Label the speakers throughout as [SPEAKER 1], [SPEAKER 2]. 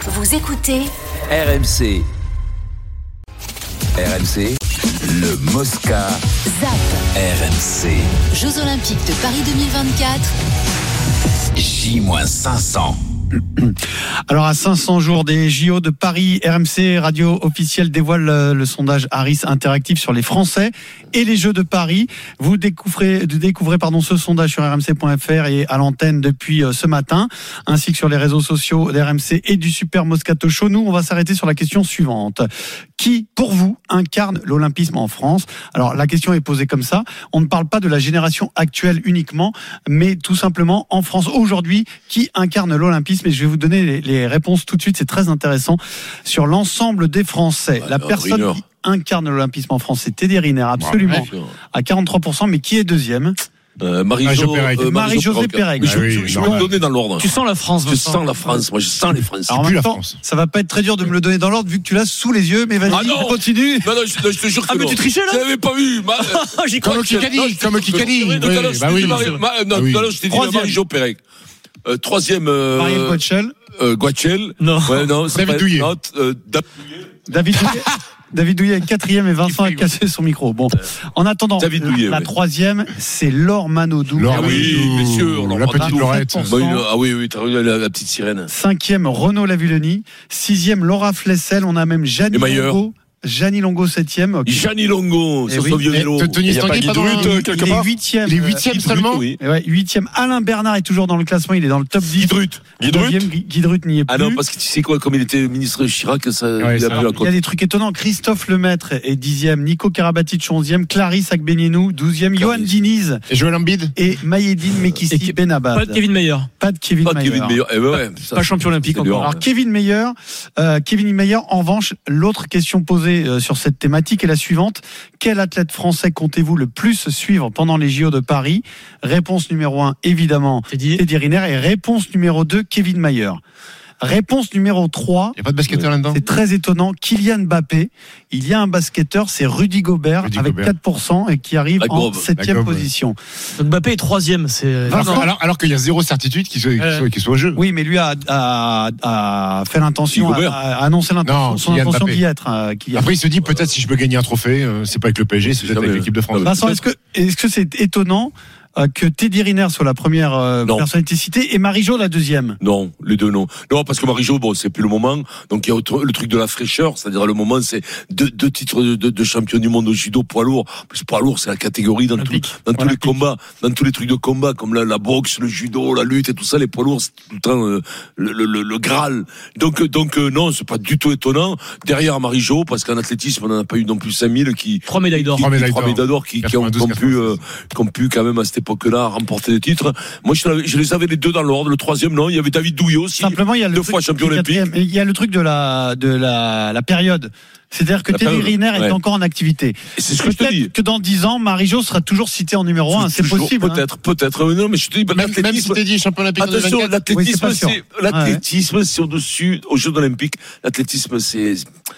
[SPEAKER 1] Vous écoutez
[SPEAKER 2] RMC. RMC, le Mosca
[SPEAKER 1] ZAP,
[SPEAKER 2] RMC.
[SPEAKER 1] Jeux Olympiques de Paris 2024.
[SPEAKER 2] J-500.
[SPEAKER 3] Alors à 500 jours des JO de Paris, RMC Radio officielle dévoile euh, le, le sondage Harris interactif sur les Français et les Jeux de Paris. Vous découvrez, découvrez pardon, ce sondage sur rmc.fr et à l'antenne depuis euh, ce matin, ainsi que sur les réseaux sociaux d'RMC et du Super Moscato Show. Nous, on va s'arrêter sur la question suivante. Qui, pour vous, incarne l'olympisme en France Alors la question est posée comme ça. On ne parle pas de la génération actuelle uniquement, mais tout simplement en France aujourd'hui, qui incarne l'olympisme Et je vais vous donner les, les réponses tout de suite. C'est très intéressant sur l'ensemble des Français.
[SPEAKER 4] Ah,
[SPEAKER 3] la
[SPEAKER 4] non,
[SPEAKER 3] personne
[SPEAKER 4] Riner.
[SPEAKER 3] qui incarne l'olympisme en France, c'est Teddy Riner, absolument, à 43%. Mais qui est deuxième
[SPEAKER 4] Euh,
[SPEAKER 5] Marie-Jo
[SPEAKER 4] Marie-Jo
[SPEAKER 5] Perret.
[SPEAKER 4] euh, Marie-Jo
[SPEAKER 3] Marie-Josée Perret.
[SPEAKER 4] Perret. Mais Je,
[SPEAKER 5] Ah oui,
[SPEAKER 4] je- je vais
[SPEAKER 5] normal.
[SPEAKER 4] le donner dans l'ordre.
[SPEAKER 6] Tu sens la France,
[SPEAKER 4] Je
[SPEAKER 6] Vincent
[SPEAKER 4] sens la France, moi je sens les Français.
[SPEAKER 3] Alors en
[SPEAKER 5] plus
[SPEAKER 3] même
[SPEAKER 5] la
[SPEAKER 3] temps,
[SPEAKER 5] France.
[SPEAKER 3] ça va pas être très dur de me le donner dans l'ordre vu que tu l'as sous les yeux, mais vas-y,
[SPEAKER 4] Ah non
[SPEAKER 3] continue.
[SPEAKER 4] Non, non, je, non, je te jure que
[SPEAKER 6] Ah, mais
[SPEAKER 4] non.
[SPEAKER 6] tu trichais, là
[SPEAKER 4] Je l'avais pas vu. ma-
[SPEAKER 6] Ah, j'y
[SPEAKER 5] Comme
[SPEAKER 4] Non,
[SPEAKER 5] au
[SPEAKER 4] je- non, je
[SPEAKER 5] Kikadi,
[SPEAKER 4] te
[SPEAKER 5] comme au
[SPEAKER 4] jure que-
[SPEAKER 5] Kikadi.
[SPEAKER 4] Oui, tout à l'heure, je
[SPEAKER 5] bah
[SPEAKER 4] t'ai dit
[SPEAKER 5] oui.
[SPEAKER 4] Marie- ma- non,
[SPEAKER 5] Ah
[SPEAKER 4] tout
[SPEAKER 5] oui.
[SPEAKER 4] à l'heure, je t'ai dit
[SPEAKER 3] Troisième.
[SPEAKER 4] Marie-Jo Perret. Euh, Troisième, euh,
[SPEAKER 3] Marielle Botchel,
[SPEAKER 4] euh, Guachel.
[SPEAKER 6] Non.
[SPEAKER 4] Ouais, non, c'est
[SPEAKER 5] David
[SPEAKER 4] pas-
[SPEAKER 5] Douillet.
[SPEAKER 4] non, t- euh, Da-
[SPEAKER 3] David Douillet. David Douillet est quatrième et Vincent a cassé son micro. Bon, en attendant,
[SPEAKER 4] Euh, David Douillet,
[SPEAKER 3] la
[SPEAKER 4] ouais.
[SPEAKER 3] troisième, c'est Laure Manodou.
[SPEAKER 5] Laure
[SPEAKER 4] Ah oui,
[SPEAKER 5] Manodou,
[SPEAKER 4] bien sûr, Laure
[SPEAKER 5] La petite
[SPEAKER 3] Manodou.
[SPEAKER 5] Laurette.
[SPEAKER 4] Bah, il- Ah oui, oui, t'as vu la, la petite sirène.
[SPEAKER 3] Cinquième, Renaud Lavilloni. Sixième, Laura Flessel. On a même Jeannie
[SPEAKER 4] Et Mailleur.
[SPEAKER 3] Longo. Jeannie Longo, septième. Ok.
[SPEAKER 4] Gianni Longo,
[SPEAKER 3] Eh
[SPEAKER 4] sur
[SPEAKER 3] oui.
[SPEAKER 4] son
[SPEAKER 5] Eh,
[SPEAKER 4] violoncello.
[SPEAKER 5] Tony
[SPEAKER 4] Il y a pas
[SPEAKER 5] Stanguet, pas dans
[SPEAKER 4] Guidrut,
[SPEAKER 5] la-
[SPEAKER 4] euh, quelque
[SPEAKER 3] Il est
[SPEAKER 4] part
[SPEAKER 3] huitième.
[SPEAKER 5] Les
[SPEAKER 3] Euh,
[SPEAKER 5] huitièmes
[SPEAKER 4] Guidrut,
[SPEAKER 5] seulement
[SPEAKER 4] oui.
[SPEAKER 3] et ouais, huitième. Alain Bernard est toujours dans le classement. Il est dans le top 10.
[SPEAKER 4] Guidrut. Guidrut.
[SPEAKER 3] Neuvième, Gui- Guidrut n'y est plus.
[SPEAKER 4] Ah non, parce que tu sais quoi, comme il était ministre Chirac, ça,
[SPEAKER 5] Ouais,
[SPEAKER 4] il a
[SPEAKER 5] ça
[SPEAKER 4] plus la
[SPEAKER 5] va.
[SPEAKER 3] Il y
[SPEAKER 4] cote.
[SPEAKER 3] a des trucs étonnants. Christophe Lemaître est dixième, Nico Karabatic onzième, Clarisse Agbenienou douzième, Johan
[SPEAKER 4] Clarisse.
[SPEAKER 3] Diniz
[SPEAKER 5] Et Joël Embiid
[SPEAKER 3] et Mayedine
[SPEAKER 6] Et
[SPEAKER 3] Mekissi
[SPEAKER 6] Ke-
[SPEAKER 3] Benabad.
[SPEAKER 6] Pas de Kevin Meyer,
[SPEAKER 3] Pas de Kevin
[SPEAKER 4] Pas de
[SPEAKER 3] Mayer.
[SPEAKER 4] Kevin Meilleur. Eh ben ouais, ça,
[SPEAKER 6] pas champion olympique
[SPEAKER 4] c'est
[SPEAKER 6] encore.
[SPEAKER 4] dur. hein.
[SPEAKER 3] Alors Kevin Meyer, euh, Kevin Meyer. En revanche, l'autre question posée euh, sur cette thématique est la suivante Quel athlète français comptez-vous le plus suivre pendant les JO de Paris Réponse numéro un, évidemment,
[SPEAKER 6] T'es dit
[SPEAKER 3] Teddy Riner. Et réponse numéro deux, Kevin Mayer. Réponse numéro trois.
[SPEAKER 5] Il n'y a pas de basketteur là-dedans
[SPEAKER 3] C'est très étonnant. Kylian Mbappé, il y a un basketteur, c'est Rudy Gobert,
[SPEAKER 5] Rudy
[SPEAKER 3] avec
[SPEAKER 5] Gobert.
[SPEAKER 3] 4% et qui arrive
[SPEAKER 4] La
[SPEAKER 3] en
[SPEAKER 4] gobe.
[SPEAKER 3] 7
[SPEAKER 5] La gobe, ouais.
[SPEAKER 3] position.
[SPEAKER 6] Donc Mbappé est troisième. C'est euh,
[SPEAKER 3] Vincent.
[SPEAKER 5] Alors, alors, alors qu'il y a zéro certitude qu'il soit, qu'il
[SPEAKER 6] Ouais.
[SPEAKER 5] soit, qu'il soit au jeu.
[SPEAKER 3] Mhm. Oui, mais lui a, a- a fait l'intention,
[SPEAKER 4] Rudy
[SPEAKER 3] a,
[SPEAKER 4] Gobert.
[SPEAKER 3] a annoncé l'intention,
[SPEAKER 5] Non,
[SPEAKER 3] son
[SPEAKER 5] Kylian
[SPEAKER 3] intention
[SPEAKER 5] Mbappé.
[SPEAKER 3] d'y être. euh, Kylian.
[SPEAKER 5] Après, il se dit peut-être si je peux gagner un trophée, euh, c'est pas avec le PSG, c'est
[SPEAKER 4] C'est
[SPEAKER 5] peut-être avec
[SPEAKER 4] jamais-
[SPEAKER 5] l'équipe de France.
[SPEAKER 4] Non,
[SPEAKER 3] Vincent, est-ce que est-ce que c'est étonnant euh, que Teddy Riner soit la première euh,
[SPEAKER 4] Non.
[SPEAKER 3] personnalité citée et Marie-Jo la deuxième
[SPEAKER 4] Non, les deux non. Non, parce que Marie-Jo, bon, c'est plus le moment. Donc il y a autre- le truc de la fraîcheur, c'est-à-dire le moment, c'est deux, deux titres de, de- de champion du monde au judo poids lourd. Parce que poids lourd, c'est la catégorie dans, tout-
[SPEAKER 6] Olympique.
[SPEAKER 4] dans tous les
[SPEAKER 3] Olympique.
[SPEAKER 4] combats, dans tous les trucs de combat, comme la, la boxe, le judo, la lutte et tout ça. Les poids lourds, c'est tout le temps euh, le, le- le- le graal. Donc euh, donc euh, non, c'est pas du tout étonnant. Derrière Marie-Jo, parce qu'en athlétisme, on n'en a pas eu non plus 5000 qui
[SPEAKER 6] trois médailles d'or.
[SPEAKER 4] qui-
[SPEAKER 5] Trois
[SPEAKER 4] qui-
[SPEAKER 5] médailles
[SPEAKER 4] trois
[SPEAKER 5] d'or.
[SPEAKER 4] médailles d'or qui, qui ont, qui ont
[SPEAKER 5] 92,
[SPEAKER 4] pu, euh, qui ont pu quand même à cette époque-là remporter des titres. Moi, je, l'avais- je les avais les deux dans l'ordre. Le troisième, non, il y avait David Douillet aussi.
[SPEAKER 3] Simplement, il y a le
[SPEAKER 4] deux
[SPEAKER 3] truc
[SPEAKER 4] fois champion
[SPEAKER 3] du quatrième. Et Il y a le truc de la de la, la période. C'est-à-dire que
[SPEAKER 4] La
[SPEAKER 3] Teddy
[SPEAKER 4] période,
[SPEAKER 3] Riner est
[SPEAKER 4] ouais.
[SPEAKER 3] encore en activité.
[SPEAKER 4] Et c'est ce que je te
[SPEAKER 3] Peut-être
[SPEAKER 4] dis.
[SPEAKER 3] que dans 10 ans, Marie-Jo sera toujours citée en numéro 1. C'est
[SPEAKER 4] Toujours,
[SPEAKER 3] possible. hein.
[SPEAKER 4] Peut-être, peut-être. Mais Non, mais je te dis, bah,
[SPEAKER 5] Même, même si
[SPEAKER 4] l'athlétisme.
[SPEAKER 5] t'es dit champion olympique en
[SPEAKER 4] Attention,
[SPEAKER 5] 2024,
[SPEAKER 3] Oui, c'est
[SPEAKER 4] l'athlétisme,
[SPEAKER 3] pas sûr.
[SPEAKER 4] c'est, l'athlétisme, c'est au-dessus, aux Jeux Olympiques, l'athlétisme, c'est,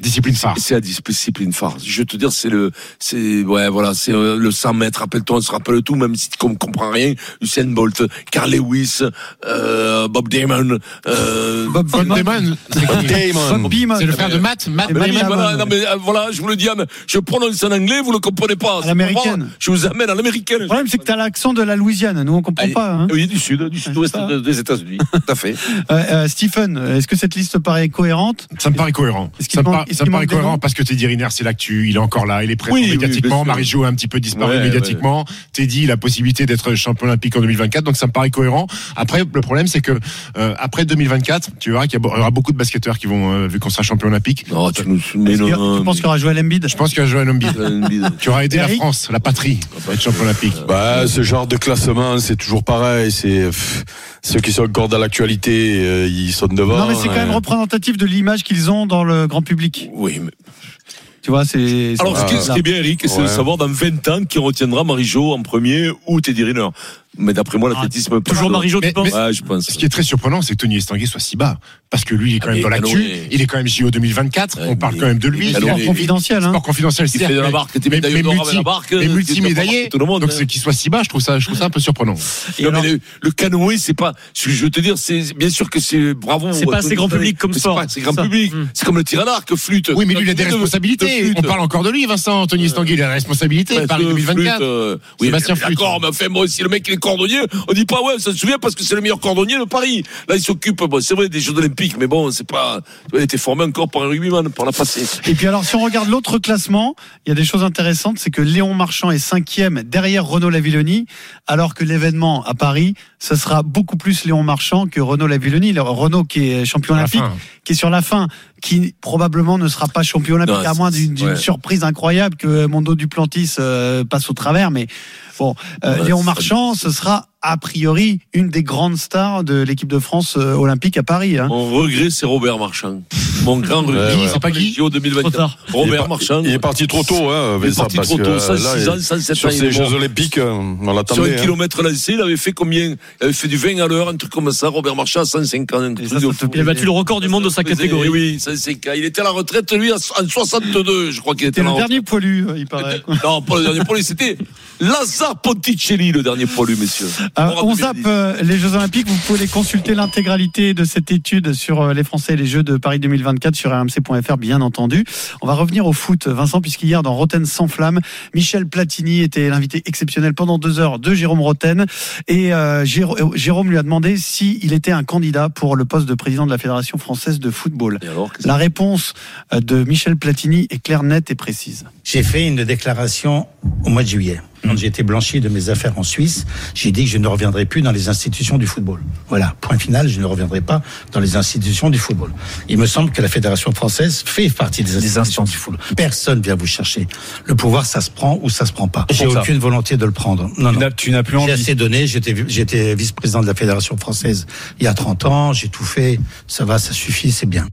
[SPEAKER 5] discipline
[SPEAKER 3] Ah.
[SPEAKER 5] phare.
[SPEAKER 4] c'est la discipline phare. Je veux te dire, c'est le, c'est, ouais, voilà, c'est euh, le 100 mètres, rappelle-toi, on se rappelle tout, même si tu ne comprends rien, Usain Bolt, Carl Lewis, euh, Bob Damon, euh,
[SPEAKER 3] Bob
[SPEAKER 5] Paul
[SPEAKER 3] Beamon.
[SPEAKER 5] Damon, c'est
[SPEAKER 4] Bob
[SPEAKER 5] qui
[SPEAKER 4] Damon.
[SPEAKER 3] Bob Beamon.
[SPEAKER 5] C'est le frère de Matt, Matt
[SPEAKER 3] Et
[SPEAKER 4] Ah,
[SPEAKER 3] Matt
[SPEAKER 4] mais
[SPEAKER 5] Damon.
[SPEAKER 3] Damon.
[SPEAKER 4] voilà, non, mais, euh, voilà, je vous le dis, ah, mais je prononce en anglais, vous le comprenez pas. c'est
[SPEAKER 3] l'américaine.
[SPEAKER 4] pas grave. Je vous amène à l'américaine.
[SPEAKER 3] Le problème, c'est que tu as l'accent de la Louisiane. Nous, on comprend
[SPEAKER 4] Ah,
[SPEAKER 3] pas. hein.
[SPEAKER 4] Oui, du sud, du sud-ouest
[SPEAKER 3] ça.
[SPEAKER 4] de- des États-Unis. Tout à fait.
[SPEAKER 3] Euh, euh, Stephen, est-ce que cette liste paraît cohérente
[SPEAKER 5] Ça me paraît cohérent.
[SPEAKER 3] Est-ce qu'il
[SPEAKER 5] Ça me,
[SPEAKER 3] manque-
[SPEAKER 5] paraît-
[SPEAKER 3] est-ce
[SPEAKER 5] ça me
[SPEAKER 3] qu'il
[SPEAKER 5] paraît
[SPEAKER 3] manque des noms
[SPEAKER 5] cohérent parce que Teddy Riner, c'est l'actu, il est encore là, il est présent
[SPEAKER 4] Oui, oui, bien
[SPEAKER 5] médiatiquement.
[SPEAKER 4] sûr.
[SPEAKER 5] Marie-Jo a un petit peu disparu
[SPEAKER 4] Ouais,
[SPEAKER 5] médiatiquement. Teddy, il a possibilité d'être champion olympique en 2024, donc ça me paraît cohérent. Après, le problème, c'est que euh, après 2024, tu verras qu'il y a- il y aura beaucoup de basketteurs qui vont, euh, vu qu'on sera champion olympique.
[SPEAKER 4] Non, tu nous mets
[SPEAKER 3] Est-ce que-
[SPEAKER 4] non,
[SPEAKER 3] Tu penses qu'il y aura Joel Embiid
[SPEAKER 5] Je pense qu'il y a Joël Embiid.
[SPEAKER 4] que.
[SPEAKER 5] Tu auras aidé la
[SPEAKER 3] Eric
[SPEAKER 5] France, la patrie, à être champion olympique.
[SPEAKER 4] euh,
[SPEAKER 7] Bah, ce genre de classement, c'est toujours pareil. C'est pff, ceux qui sont encore dans l'actualité, euh, ils sont devant.
[SPEAKER 3] Non, mais c'est quand même
[SPEAKER 7] Euh,
[SPEAKER 3] représentatif de l'image qu'ils ont dans le grand public.
[SPEAKER 4] Oui, mais.
[SPEAKER 3] Tu vois, c'est. c'est-
[SPEAKER 4] Alors, ce qui,
[SPEAKER 3] voilà.
[SPEAKER 4] ce qui est bien, Eric, c'est de
[SPEAKER 7] Ouais.
[SPEAKER 4] savoir dans 20 ans qui retiendra Marie-Jo en premier ou Teddy Riner. Mais d'après moi, l'athlétisme.
[SPEAKER 6] Toujours Marie-Jo, tu
[SPEAKER 5] Mais-
[SPEAKER 6] penses
[SPEAKER 5] mais-
[SPEAKER 4] Ouais, je pense.
[SPEAKER 5] Ce qui est très surprenant, c'est que Tony Estanguet soit si bas. Parce que lui, il est quand
[SPEAKER 4] Ah,
[SPEAKER 5] même
[SPEAKER 4] mais
[SPEAKER 5] dans l'actu.
[SPEAKER 4] Calloway-
[SPEAKER 5] Il est quand même JO 2024.
[SPEAKER 4] Ouais,
[SPEAKER 5] on parle
[SPEAKER 4] mais-
[SPEAKER 5] quand même de lui.
[SPEAKER 4] mais
[SPEAKER 5] Il
[SPEAKER 4] Calloway-
[SPEAKER 5] est
[SPEAKER 4] mais-
[SPEAKER 3] Confidentiel, hein.
[SPEAKER 5] sport confidentiel.
[SPEAKER 4] Il fait de
[SPEAKER 5] c'est-à-dire
[SPEAKER 4] la
[SPEAKER 5] que-
[SPEAKER 4] barque, t'es médaillé
[SPEAKER 5] mais
[SPEAKER 4] d'or avec
[SPEAKER 5] multi-
[SPEAKER 4] la barque.
[SPEAKER 5] mais
[SPEAKER 4] t'es- t'es
[SPEAKER 5] multimédaillé.
[SPEAKER 4] pas tout le monde.
[SPEAKER 5] Donc
[SPEAKER 4] hein.
[SPEAKER 5] c'est- qu'il soit si bas, je trouve ça, je trouve ça un peu surprenant.
[SPEAKER 4] Non, mais le, le canoë, c'est pas. ce que Je veux te dire, c'est bien sûr que c'est bravo.
[SPEAKER 6] C'est pas
[SPEAKER 4] à
[SPEAKER 6] assez
[SPEAKER 4] Tony
[SPEAKER 6] grand
[SPEAKER 4] Fallon,
[SPEAKER 6] public comme
[SPEAKER 4] mais c'est
[SPEAKER 6] sport,
[SPEAKER 4] pas assez grand
[SPEAKER 6] c'est ça.
[SPEAKER 4] public.
[SPEAKER 6] Mm.
[SPEAKER 4] C'est comme le tir à l'arc, flûte.
[SPEAKER 5] Oui, mais lui, il a des
[SPEAKER 4] De- de- de
[SPEAKER 5] responsabilités.
[SPEAKER 4] flûte.
[SPEAKER 5] On parle encore de lui, Vincent. Tony Estanguet, il a des responsabilités.
[SPEAKER 4] Ouais,
[SPEAKER 5] Paris
[SPEAKER 4] de flûte,
[SPEAKER 5] 2024.
[SPEAKER 4] euh, oui,
[SPEAKER 5] Sébastien
[SPEAKER 4] mais
[SPEAKER 5] Flûte.
[SPEAKER 4] D'accord, mais enfin, moi, si le mec il est cordonnier, on dit pas, ouais, ça se souvient parce que c'est le meilleur cordonnier de Paris. Là, il s'occupe, bon, c'est vrai, des Jeux Olympiques, mais bon, c'est pas. Il a été formé encore par un rugbyman pour la passer.
[SPEAKER 3] Et puis alors, si on regarde l'autre classement, il y a des choses intéressantes. C'est que Léon Marchand est cinquième derrière Renaud Lavilloni, alors que l'événement à Paris, ce sera beaucoup plus Léon Marchand que Renaud Lavilloni. Le- Renaud qui est champion
[SPEAKER 5] À la
[SPEAKER 4] euh,
[SPEAKER 3] olympique,
[SPEAKER 5] fin.
[SPEAKER 3] qui est sur la fin, qui probablement ne sera pas champion olympique,
[SPEAKER 4] Non,
[SPEAKER 3] à
[SPEAKER 4] c'est-
[SPEAKER 3] moins d'une d'une
[SPEAKER 4] ouais.
[SPEAKER 3] surprise incroyable que Mondo Duplantis euh, passe au travers. Mais bon, euh,
[SPEAKER 4] Ouais,
[SPEAKER 3] Léon
[SPEAKER 4] Bah, ça-
[SPEAKER 3] Marchand, ce sera a priori une des grandes stars de l'équipe de France euh, olympique à Paris. hein.
[SPEAKER 4] Mon regret, c'est Robert Marchand. Mon grand regret.
[SPEAKER 7] ouais.
[SPEAKER 4] c'est
[SPEAKER 5] Pas qui
[SPEAKER 4] JO 2024.
[SPEAKER 7] Il est
[SPEAKER 4] Robert
[SPEAKER 7] par-
[SPEAKER 4] Marchand.
[SPEAKER 7] Il est parti trop tôt, hein,
[SPEAKER 4] Il est
[SPEAKER 7] Vincent,
[SPEAKER 4] parti
[SPEAKER 7] parce
[SPEAKER 4] trop
[SPEAKER 7] que,
[SPEAKER 4] tôt,
[SPEAKER 7] euh,
[SPEAKER 4] 106
[SPEAKER 7] là,
[SPEAKER 4] ans, 107 ans.
[SPEAKER 7] Sur
[SPEAKER 4] il est
[SPEAKER 7] ces
[SPEAKER 4] mort.
[SPEAKER 7] Jeux Olympiques, euh, on
[SPEAKER 4] Sur un
[SPEAKER 7] l'attendait. hein.
[SPEAKER 4] kilomètre lancé, il avait fait combien Il avait fait du 20 à l'heure, un truc comme ça, Robert Marchand à 150. Un truc
[SPEAKER 3] ça, ça
[SPEAKER 4] de
[SPEAKER 3] te
[SPEAKER 4] fou.
[SPEAKER 3] plaît
[SPEAKER 6] Il a battu le record du monde de sa
[SPEAKER 4] Eh
[SPEAKER 6] catégorie.
[SPEAKER 4] Oui, 150. Il était à la retraite, lui, en en 62, je crois qu'il était
[SPEAKER 3] T'es
[SPEAKER 4] à la
[SPEAKER 3] le
[SPEAKER 4] retraite.
[SPEAKER 3] dernier poilu, euh, il paraît.
[SPEAKER 4] Non, pas le dernier poilu, c'était Lazare Ponticelli, le dernier poilu, messieurs.
[SPEAKER 3] Euh,
[SPEAKER 4] Bon,
[SPEAKER 3] on
[SPEAKER 4] rappelez-le.
[SPEAKER 3] zappe euh, les Jeux Olympiques. Vous pouvez les consulter l'intégralité de cette étude sur euh, les Français et les Jeux de Paris 2024 sur rmc.fr, bien entendu. On va revenir au foot, Vincent, puisqu'hier, dans Roten sans flamme, Michel Platini était l'invité exceptionnel pendant deux heures de Jérôme Roten. Et euh, Jéro- euh, Jérôme lui a demandé s'il était un candidat pour le poste de président de la Fédération française de football.
[SPEAKER 4] Et alors, qu'est-ce
[SPEAKER 3] La réponse euh, de Michel Platini est claire, nette et précise.
[SPEAKER 8] J'ai fait une déclaration au mois de juillet.
[SPEAKER 7] Hmm.
[SPEAKER 8] Quand j'ai été blanchi de mes affaires en Suisse, j'ai dit que je ne reviendrai plus dans les institutions du football. Voilà, point final, je ne reviendrai pas dans les institutions du football. Il me semble que la Fédération française fait partie des institutions, du football. Personne vient vous chercher. Le pouvoir, ça se prend ou ça se prend pas. J'ai aucune volonté de le prendre. Non, non.
[SPEAKER 9] Tu n'as plus
[SPEAKER 8] J'ai
[SPEAKER 9] envie.
[SPEAKER 8] assez donné, j'étais j'étais vice-président de la Fédération française il y a 30 ans, j'ai tout fait, ça va, ça suffit, c'est bien.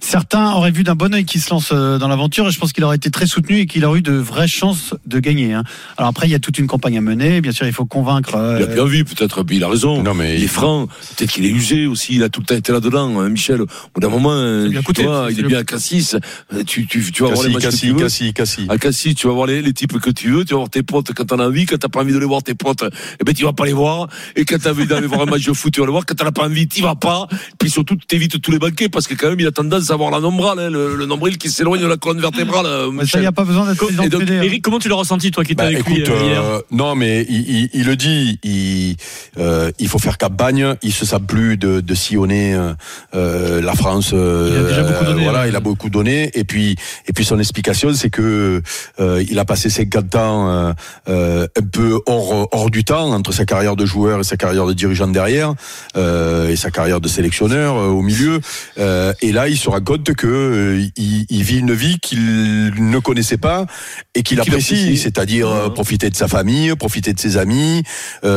[SPEAKER 3] Certains auraient vu d'un bon oeil qu'il se lance euh, dans l'aventure et je pense qu'il aurait été très soutenu et qu'il aurait eu de vraies chances de gagner. hein. Alors après, il y a toute une campagne à mener. Bien sûr, il faut convaincre. euh,
[SPEAKER 4] Il a bien vu, peut-être, mais il a raison.
[SPEAKER 7] Non, mais
[SPEAKER 4] il est
[SPEAKER 7] il-
[SPEAKER 4] franc. Peut-être qu'il est usé aussi. Il a tout le temps été là-dedans, hein, Michel. Au bout d'un moment, euh,
[SPEAKER 6] lui a
[SPEAKER 4] tu
[SPEAKER 6] coûté,
[SPEAKER 4] vois,
[SPEAKER 6] c'est
[SPEAKER 4] il est
[SPEAKER 6] le-
[SPEAKER 4] bien à Cassis. Euh, Tu, tu, tu vas voir les matchs
[SPEAKER 7] Cassis,
[SPEAKER 4] que tu
[SPEAKER 7] Cassis,
[SPEAKER 4] veux.
[SPEAKER 7] Cassis, Cassis.
[SPEAKER 4] À Cassis, tu vas voir les, les types que tu veux, tu vas voir tes potes quand t'en as envie, quand t'as pas envie de les voir, tes potes, eh ben, tu vas pas les voir. Et quand t'as envie d'aller voir un match de foot, tu vas le voir. Quand t'en as pas envie, t'y vas pas. Puis surtout, t'évites tous les banquets parce que quand même, il a tendance à avoir la nombrale, hein, le, le nombril qui s'éloigne de la colonne vertébrale. euh,
[SPEAKER 3] mais ça, il n'y
[SPEAKER 4] Michel.
[SPEAKER 3] a pas besoin d'être président
[SPEAKER 4] et
[SPEAKER 3] de
[SPEAKER 4] donc,
[SPEAKER 3] fédé, hein.
[SPEAKER 6] Eric, comment tu l'as ressenti, toi qui étais
[SPEAKER 7] Bah,
[SPEAKER 6] avec lui
[SPEAKER 7] écoute,
[SPEAKER 6] euh, hier
[SPEAKER 7] euh, non, mais il, il- il le dit, il, euh, il faut faire campagne, il se sent plus de, de sillonner euh, euh, la France. euh,
[SPEAKER 6] déjà beaucoup donné, hein.
[SPEAKER 7] voilà,
[SPEAKER 6] ouais.
[SPEAKER 7] il a beaucoup donné. Et puis, et puis son explication, c'est que euh, il a passé 50 ans euh, euh, un peu hors, hors du temps, entre sa carrière de joueur et sa carrière de dirigeant derrière, euh, et sa carrière de sélectionneur euh, au milieu. Euh, et là, il se rend compte que euh, il, il vit une vie qu'il ne connaissait pas et
[SPEAKER 4] Qu'il
[SPEAKER 7] qu'il apprécie,
[SPEAKER 4] apprécie.
[SPEAKER 7] c'est-à-dire euh,
[SPEAKER 4] Ouais.
[SPEAKER 7] profiter de sa famille, profiter de ses amis,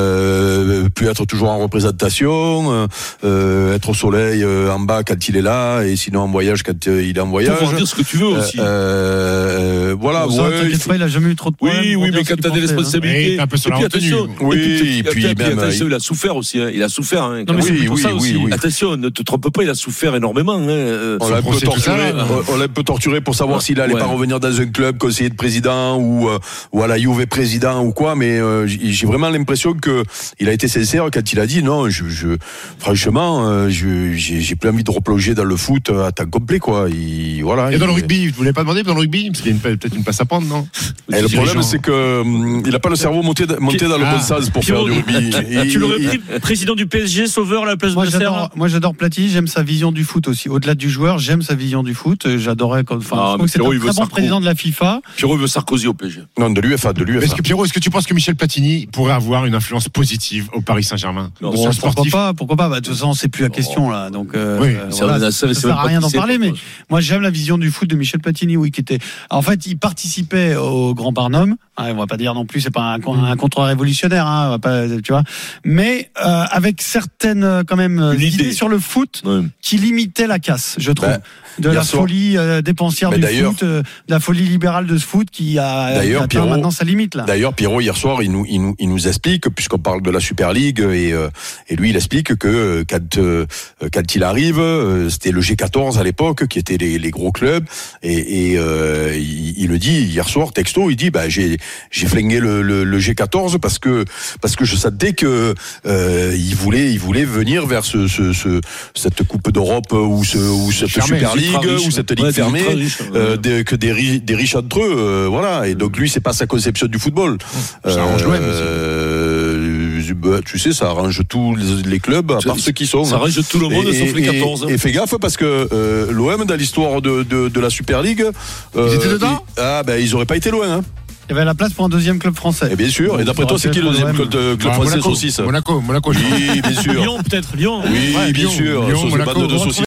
[SPEAKER 7] euh, plus être toujours en représentation, euh, euh, être au soleil euh, en bas quand il est là, et sinon en voyage quand euh, il est en voyage.
[SPEAKER 4] Pouvoir dire ce que tu veux aussi.
[SPEAKER 6] euh,
[SPEAKER 7] Euh, euh,
[SPEAKER 4] Ah,
[SPEAKER 7] voilà,
[SPEAKER 3] Bon, ça,
[SPEAKER 7] ouais,
[SPEAKER 3] t'inquiète
[SPEAKER 7] il faut-
[SPEAKER 3] pas, il a jamais eu trop de problèmes.
[SPEAKER 4] Oui,
[SPEAKER 3] pour
[SPEAKER 4] oui,
[SPEAKER 3] dire
[SPEAKER 4] mais
[SPEAKER 3] ce
[SPEAKER 4] quand
[SPEAKER 3] qu'il
[SPEAKER 4] t'as des
[SPEAKER 3] pensait, hein.
[SPEAKER 4] responsabilités.
[SPEAKER 5] Et t'as un peu sur la
[SPEAKER 4] puis,
[SPEAKER 5] retenue.
[SPEAKER 4] attention,
[SPEAKER 7] Oui,
[SPEAKER 4] et puis,
[SPEAKER 7] et puis même,
[SPEAKER 4] attention,
[SPEAKER 7] il-
[SPEAKER 4] il a souffert aussi. hein, il a souffert. hein, quand
[SPEAKER 6] Non,
[SPEAKER 4] même.
[SPEAKER 6] mais c'est
[SPEAKER 7] oui,
[SPEAKER 6] plutôt
[SPEAKER 7] oui,
[SPEAKER 6] ça
[SPEAKER 7] oui,
[SPEAKER 6] aussi.
[SPEAKER 7] oui.
[SPEAKER 4] Attention, ne te trompe pas, il a souffert énormément. hein, euh,
[SPEAKER 7] On l'a un peu
[SPEAKER 5] procès, tout ça,
[SPEAKER 7] torturé. hein.
[SPEAKER 5] là.
[SPEAKER 7] on l'a un peu torturé pour savoir s'il allait
[SPEAKER 4] Ouais.
[SPEAKER 7] pas revenir dans un club conseiller de président ou euh, ou à la Juve président ou quoi. Mais euh, j'ai j'ai vraiment l'impression que il a été sincère quand il a dit non. Je, je- franchement, euh, je j'ai j'ai plus envie de replonger dans le foot à temps complet quoi. Il, voilà.
[SPEAKER 5] Et dans
[SPEAKER 7] il-
[SPEAKER 5] le rugby, vous ne l'avez pas demandé, mais dans le rugby, parce qu'il y a une- peut-être une passe à prendre, non
[SPEAKER 7] Et le
[SPEAKER 5] Dirigeant.
[SPEAKER 7] problème c'est que hum, il a pas le cerveau monté monté dans le
[SPEAKER 5] Ah.
[SPEAKER 7] bon sens pour faire
[SPEAKER 6] Pierrot,
[SPEAKER 7] du rugby. Il-
[SPEAKER 6] Tu l'aurais
[SPEAKER 7] euh, il-
[SPEAKER 6] pris président du PSG, sauveur à la place hein
[SPEAKER 3] Moi
[SPEAKER 6] de Serre
[SPEAKER 4] hein.
[SPEAKER 3] j'adore, moi j'adore Platini, j'aime sa vision du foot aussi. Au-delà du joueur, j'aime sa vision du foot. Euh, J'adorais quand, enfin,
[SPEAKER 4] Ah,
[SPEAKER 3] je trouve
[SPEAKER 4] mais
[SPEAKER 3] que c'est
[SPEAKER 4] Pierrot,
[SPEAKER 3] un
[SPEAKER 4] il veut
[SPEAKER 3] très bon
[SPEAKER 4] Sarko.
[SPEAKER 3] président de la FIFA.
[SPEAKER 4] Pierrot veut Sarkozy au PSG.
[SPEAKER 7] Non de l'UFA, de l'UFA.
[SPEAKER 5] Est-ce que Pierrot, est-ce que tu penses que Michel Platini pourrait avoir une influence positive au Paris Saint-Germain
[SPEAKER 4] Non,
[SPEAKER 5] Sur
[SPEAKER 3] Bon,
[SPEAKER 5] un
[SPEAKER 3] pourquoi
[SPEAKER 5] sportif
[SPEAKER 3] pas, pourquoi pas. Bah, de toute façon, c'est
[SPEAKER 4] Oh.
[SPEAKER 3] plus la question là. Donc, euh,
[SPEAKER 5] Oui,
[SPEAKER 3] euh,
[SPEAKER 4] Ça,
[SPEAKER 3] voilà,
[SPEAKER 4] on a-
[SPEAKER 3] ça
[SPEAKER 4] c'est
[SPEAKER 3] sert
[SPEAKER 4] même
[SPEAKER 3] à
[SPEAKER 4] pas
[SPEAKER 3] rien
[SPEAKER 4] qui
[SPEAKER 3] d'en
[SPEAKER 4] c'est,
[SPEAKER 3] parler, mais
[SPEAKER 4] pourquoi.
[SPEAKER 3] Moi, j'aime la vision du foot de Michel Platini, oui, qui était. En fait, il participait au Grand Barnum. Hein, on va pas dire non plus, c'est pas un, con- un contre-révolutionnaire, hein, on va pas, tu vois. Mais euh, avec certaines euh, quand même euh,
[SPEAKER 4] Une
[SPEAKER 3] idées
[SPEAKER 4] idée.
[SPEAKER 3] sur le foot
[SPEAKER 4] Ouais.
[SPEAKER 3] qui limitaient la casse, je trouve.
[SPEAKER 7] Ouais.
[SPEAKER 3] de
[SPEAKER 7] Hier
[SPEAKER 3] la
[SPEAKER 7] soir.
[SPEAKER 3] folie euh, dépensière
[SPEAKER 7] Mais
[SPEAKER 3] du
[SPEAKER 7] Bah, d'ailleurs-
[SPEAKER 3] foot, euh, de la folie libérale de ce foot qui a qui
[SPEAKER 7] D'ailleurs,
[SPEAKER 3] atteint
[SPEAKER 7] Pierrot-
[SPEAKER 3] maintenant sa limite là.
[SPEAKER 7] D'ailleurs, Pierrot, hier soir, il nous, il nous, il nous explique, puisqu'on parle de la Super League, et, euh, et lui, il explique que euh, quand, euh, quand il arrive, euh, c'était le G14 à l'époque, qui étaient les, les gros clubs, et, et, euh, il, il le dit hier soir, texto, il dit, bah, j'ai, j'ai flingué le, le, le G14 parce que, parce que je savais que euh, il voulait, il voulait venir vers ce, ce, ce- cette Coupe d'Europe ou, ce, ou cette
[SPEAKER 5] Fermée,
[SPEAKER 7] Super
[SPEAKER 4] ultra
[SPEAKER 7] League
[SPEAKER 4] riche,
[SPEAKER 7] ou cette
[SPEAKER 4] ouais.
[SPEAKER 7] Ligue
[SPEAKER 4] Ouais, des ultra
[SPEAKER 7] fermée,
[SPEAKER 4] riches, ouais.
[SPEAKER 7] euh, des- que des, ri- des riches entre eux, euh, voilà. Et donc lui, c'est pas sa conception du football.
[SPEAKER 5] Ça arrange l'OM aussi.
[SPEAKER 7] euh, bah, tu sais, ça arrange tous les, les clubs, à
[SPEAKER 4] Ça-
[SPEAKER 7] part ceux qui sont. hein.
[SPEAKER 4] Ça arrange tout le monde,
[SPEAKER 7] Et-
[SPEAKER 4] sauf les
[SPEAKER 7] et-
[SPEAKER 4] 14. hein.
[SPEAKER 7] Et, fais gaffe parce que euh, l'OM dans l'histoire de, de, de la Super League, euh,
[SPEAKER 5] Ils étaient dedans
[SPEAKER 7] ils- ah ben ils auraient pas été loin. Hein.
[SPEAKER 3] Il y avait la place pour un deuxième club français.
[SPEAKER 7] Et bien sûr. Et d'après toi, c'est qui le deuxième club, de- club
[SPEAKER 5] Bah,
[SPEAKER 7] français
[SPEAKER 5] Monaco,
[SPEAKER 7] saucisse
[SPEAKER 5] Monaco, Monaco, je
[SPEAKER 7] Oui, bien sûr.
[SPEAKER 6] Lyon peut-être, Lyon.
[SPEAKER 7] Oui,
[SPEAKER 5] Ouais,
[SPEAKER 7] bien
[SPEAKER 5] Lyon,
[SPEAKER 7] sûr.
[SPEAKER 5] Lyon,
[SPEAKER 7] Sauce-
[SPEAKER 5] Monaco.
[SPEAKER 7] bande de saucisses.